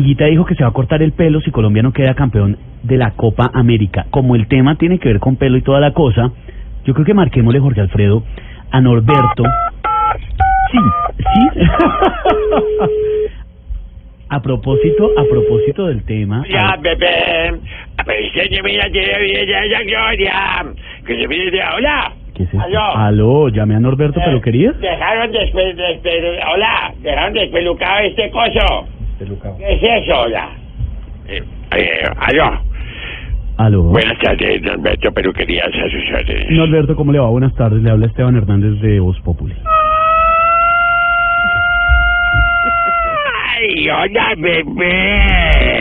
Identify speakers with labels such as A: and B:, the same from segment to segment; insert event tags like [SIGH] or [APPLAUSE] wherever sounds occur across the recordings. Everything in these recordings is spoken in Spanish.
A: Higuita dijo que se va a cortar el pelo si Colombia no queda campeón de la Copa América. Como el tema tiene que ver con pelo y toda la cosa, yo creo que marquémosle, Jorge Alfredo, a Norberto. Sí, sí. [LAUGHS] a propósito, a propósito del tema.
B: Ya, bebé. Enséñame la televisión esa gloria. Que se viene de. ¡Hola!
A: ¿Qué es esto? Ah,
B: Aló.
A: Aló, llamé a
B: Eh,
A: Norberto Peluquerías.
B: Dejaron despelu... despelu- hola, dejaron despelucado este coso. ¿Qué es eso, hola? Eh, eh, aló.
A: Aló.
B: Buenas tardes, Norberto Peluquerías, a sus órdenes.
A: Norberto, ¿cómo le va? Buenas tardes. Le habla Esteban Hernández de Voz Populi.
B: ¡Ay, hola, bebé!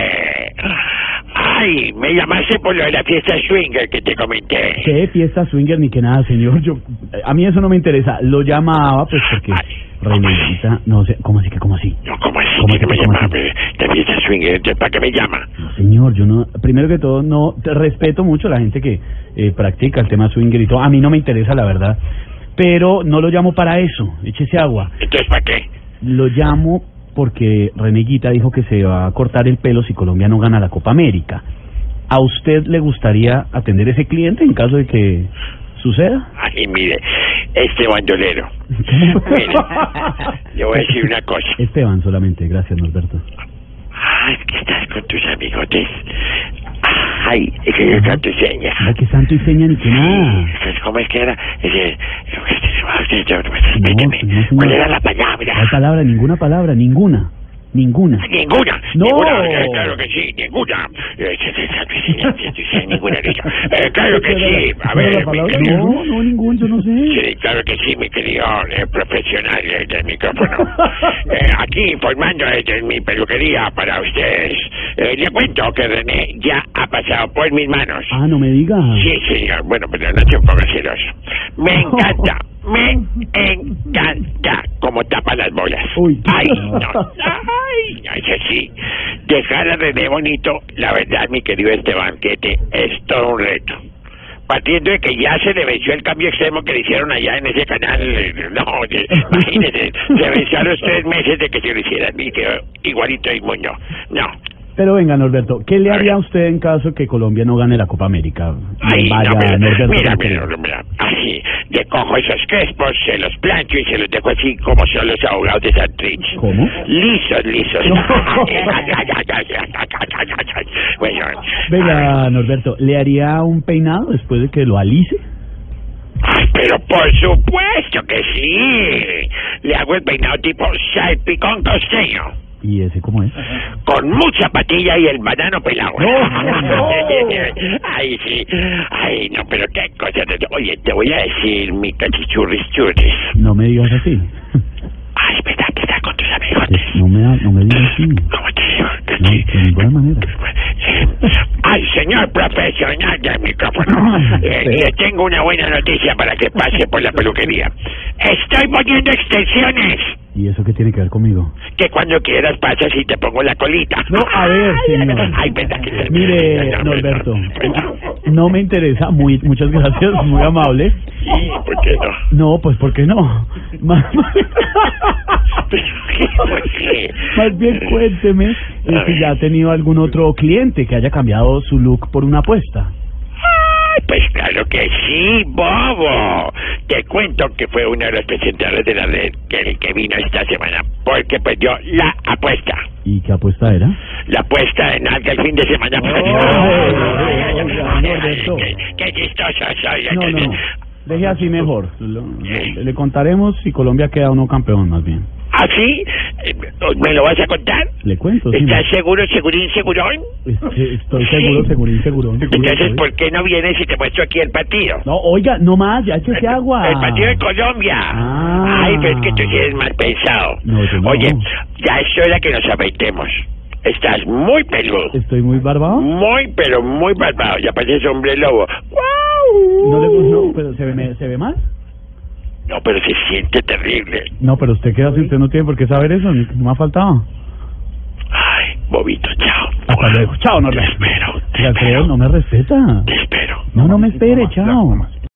B: ¡Ay, me llamaste por lo de la fiesta swinger que te comenté!
A: ¿Qué fiesta swinger ni que nada, señor? Yo, a mí eso no me interesa. Lo llamaba, pues, porque Renegita, no sé, ¿cómo así que, cómo así?
B: No, ¿cómo así?
A: ¿Cómo
B: que
A: así?
B: me
A: ¿Cómo
B: llama?
A: así?
B: bebé? ¿La fiesta swinger? entonces, ¿Para qué me llama?
A: No, señor, yo no, primero que todo, no, te respeto mucho a la gente que eh, practica el tema swinger y todo. A mí no me interesa, la verdad. Pero no lo llamo para eso, échese agua.
B: Entonces, ¿para qué?
A: Lo llamo porque Reneguita dijo que se va a cortar el pelo si Colombia no gana la Copa América. ¿A usted le gustaría atender ese cliente en caso de que suceda?
B: Ay, mire, este bandolero. Mire, le voy a decir una cosa.
A: Esteban solamente, gracias Norberto.
B: Ay, que estás con tus amigotes. Ay, es que yo canto y seña.
A: Ay, que santo y seña ni que nada.
B: Pues, ¿Cómo es que era? Es que- es que-
A: no, señor.
B: ¿Cuál era la
A: No hay
B: palabra?
A: palabra, ninguna palabra, ninguna, ninguna.
B: Ninguna.
A: No.
B: Ninguna. eh, Claro que sí, ninguna. Eh, sí, sí, sí, sí, sí, sí, sí, Ninguna de ellas. Eh, Claro que sí. A
A: ¿Cuál era
B: ver,
A: la
B: mi
A: palabra?
B: querido.
A: No, no, ningún, yo no sé.
B: Sí, claro que sí, mi querido eh, profesional eh, del micrófono. Eh, aquí informando desde mi peluquería para ustedes. Eh, le cuento que René ya ha pasado por mis manos.
A: Ah, no me diga.
B: Sí, señor. Bueno, pero no se un poco celoso. Me encanta, me encanta cómo tapa las bolas.
A: Uy.
B: Ay, no, ay, no, eso sí. Dejar a René bonito, la verdad, mi querido Esteban, que te- es todo un reto. Partiendo de que ya se le venció el cambio extremo que le hicieron allá en ese canal, eh, no, de- imagínese, se venció a los tres meses de que se lo hicieran y quedó igualito y muño. No,
A: Pero venga, Norberto, ¿qué le haría a usted en caso que Colombia no gane la Copa América?
B: Ay,
A: Bien, vaya,
B: no, pero-
A: Norberto.
B: mira,
A: ¿qué
B: mira,
A: cree?
B: mira, mira. Así, le cojo esos crespos, se los plancho y se los dejo así como son los abogados de Santrich.
A: ¿Cómo?
B: Lisos, lisos. [LAUGHS]
A: No.
B: bueno,
A: Venga, Norberto, ¿le haría un peinado después de que lo alice?
B: ay, pero por supuesto que sí. Le hago el peinado tipo salpicón costeño.
A: ¿Y ese cómo es?
B: con mucha patilla y el banano pelado. [LAUGHS]
A: No, no.
B: Ay, sí. Ay, no, pero qué cosa. de- Oye, te voy a decir, mi cachichurris churris.
A: No me digas
B: [LAUGHS]
A: así.
B: Ay, verdad que estás con tus amigotes.
A: No me, da- no me digas así.
B: ¿Cómo te digo?
A: No, de ninguna manera.
B: Eh, Ay, señor profesional del micrófono,
A: [LAUGHS]
B: eh, le tengo una buena noticia para que pase por la peluquería. Estoy poniendo extensiones.
A: ¿Y eso qué tiene que ver conmigo?
B: Que cuando quieras pasas y te pongo la colita.
A: No, a ver,
B: Ay,
A: señor.
B: Ay, verdad que se-
A: Mire,
B: Ay, no,
A: Norberto,
B: verdad.
A: no me interesa, muy, muchas gracias, muy amable.
B: Sí, ¿por qué no?
A: [LAUGHS]
B: [LAUGHS]
A: No, pues ¿por qué no? [LAUGHS] Más,
B: ¿Por qué?
A: más bien cuénteme eh, si ya ha tenido algún otro cliente que haya cambiado su look por una apuesta.
B: Ay, Pues claro que sí, bobo. Te cuento que fue uno de los presentadores de la red que el que vino esta semana porque perdió la apuesta.
A: ¿Y qué apuesta era?
B: La apuesta de nalga el fin de semana
A: Oh,
B: Ay, ay, ay,
A: oiga,
B: ay,
A: Norberto.
B: qué- Qué chistoso soy.
A: No, no, no. Deje así mejor. Lo- Le, le contaremos si Colombia queda o no campeón, más bien.
B: ¿Ah, sí? Eh, ¿Me lo vas a contar?
A: Le cuento, Pues sí.
B: ¿Estás seguro, segurín, segurón?
A: Este, Estoy seguro,
B: Sí.
A: seguro, seguro.
B: Entonces, ¿por qué no vienes y te muestro aquí el partido?
A: No, oiga, no más, ya échese agua.
B: El partido de Colombia.
A: Ah.
B: Ay, pero es que tú sí eres mal pensado.
A: No, yo no.
B: Oye, ya es hora que nos afeitemos. Estás muy peludo.
A: ¿Estoy muy barbado?
B: Muy, pero muy barbado. Ya pareces hombre lobo. ¡Guau!
A: No, le, no pero ¿se ve, me- ¿se ve mal?
B: No, pero se siente terrible.
A: No, pero usted queda si usted no tiene por qué saber eso, ni- no me ha faltado.
B: Ay, bobito, chao.
A: Hasta luego. Chao,
B: Te
A: Norberto.
B: espero, te
A: Ya creo,
B: espero,
A: no me respeta.
B: te espero.
A: No, no me espere, chao.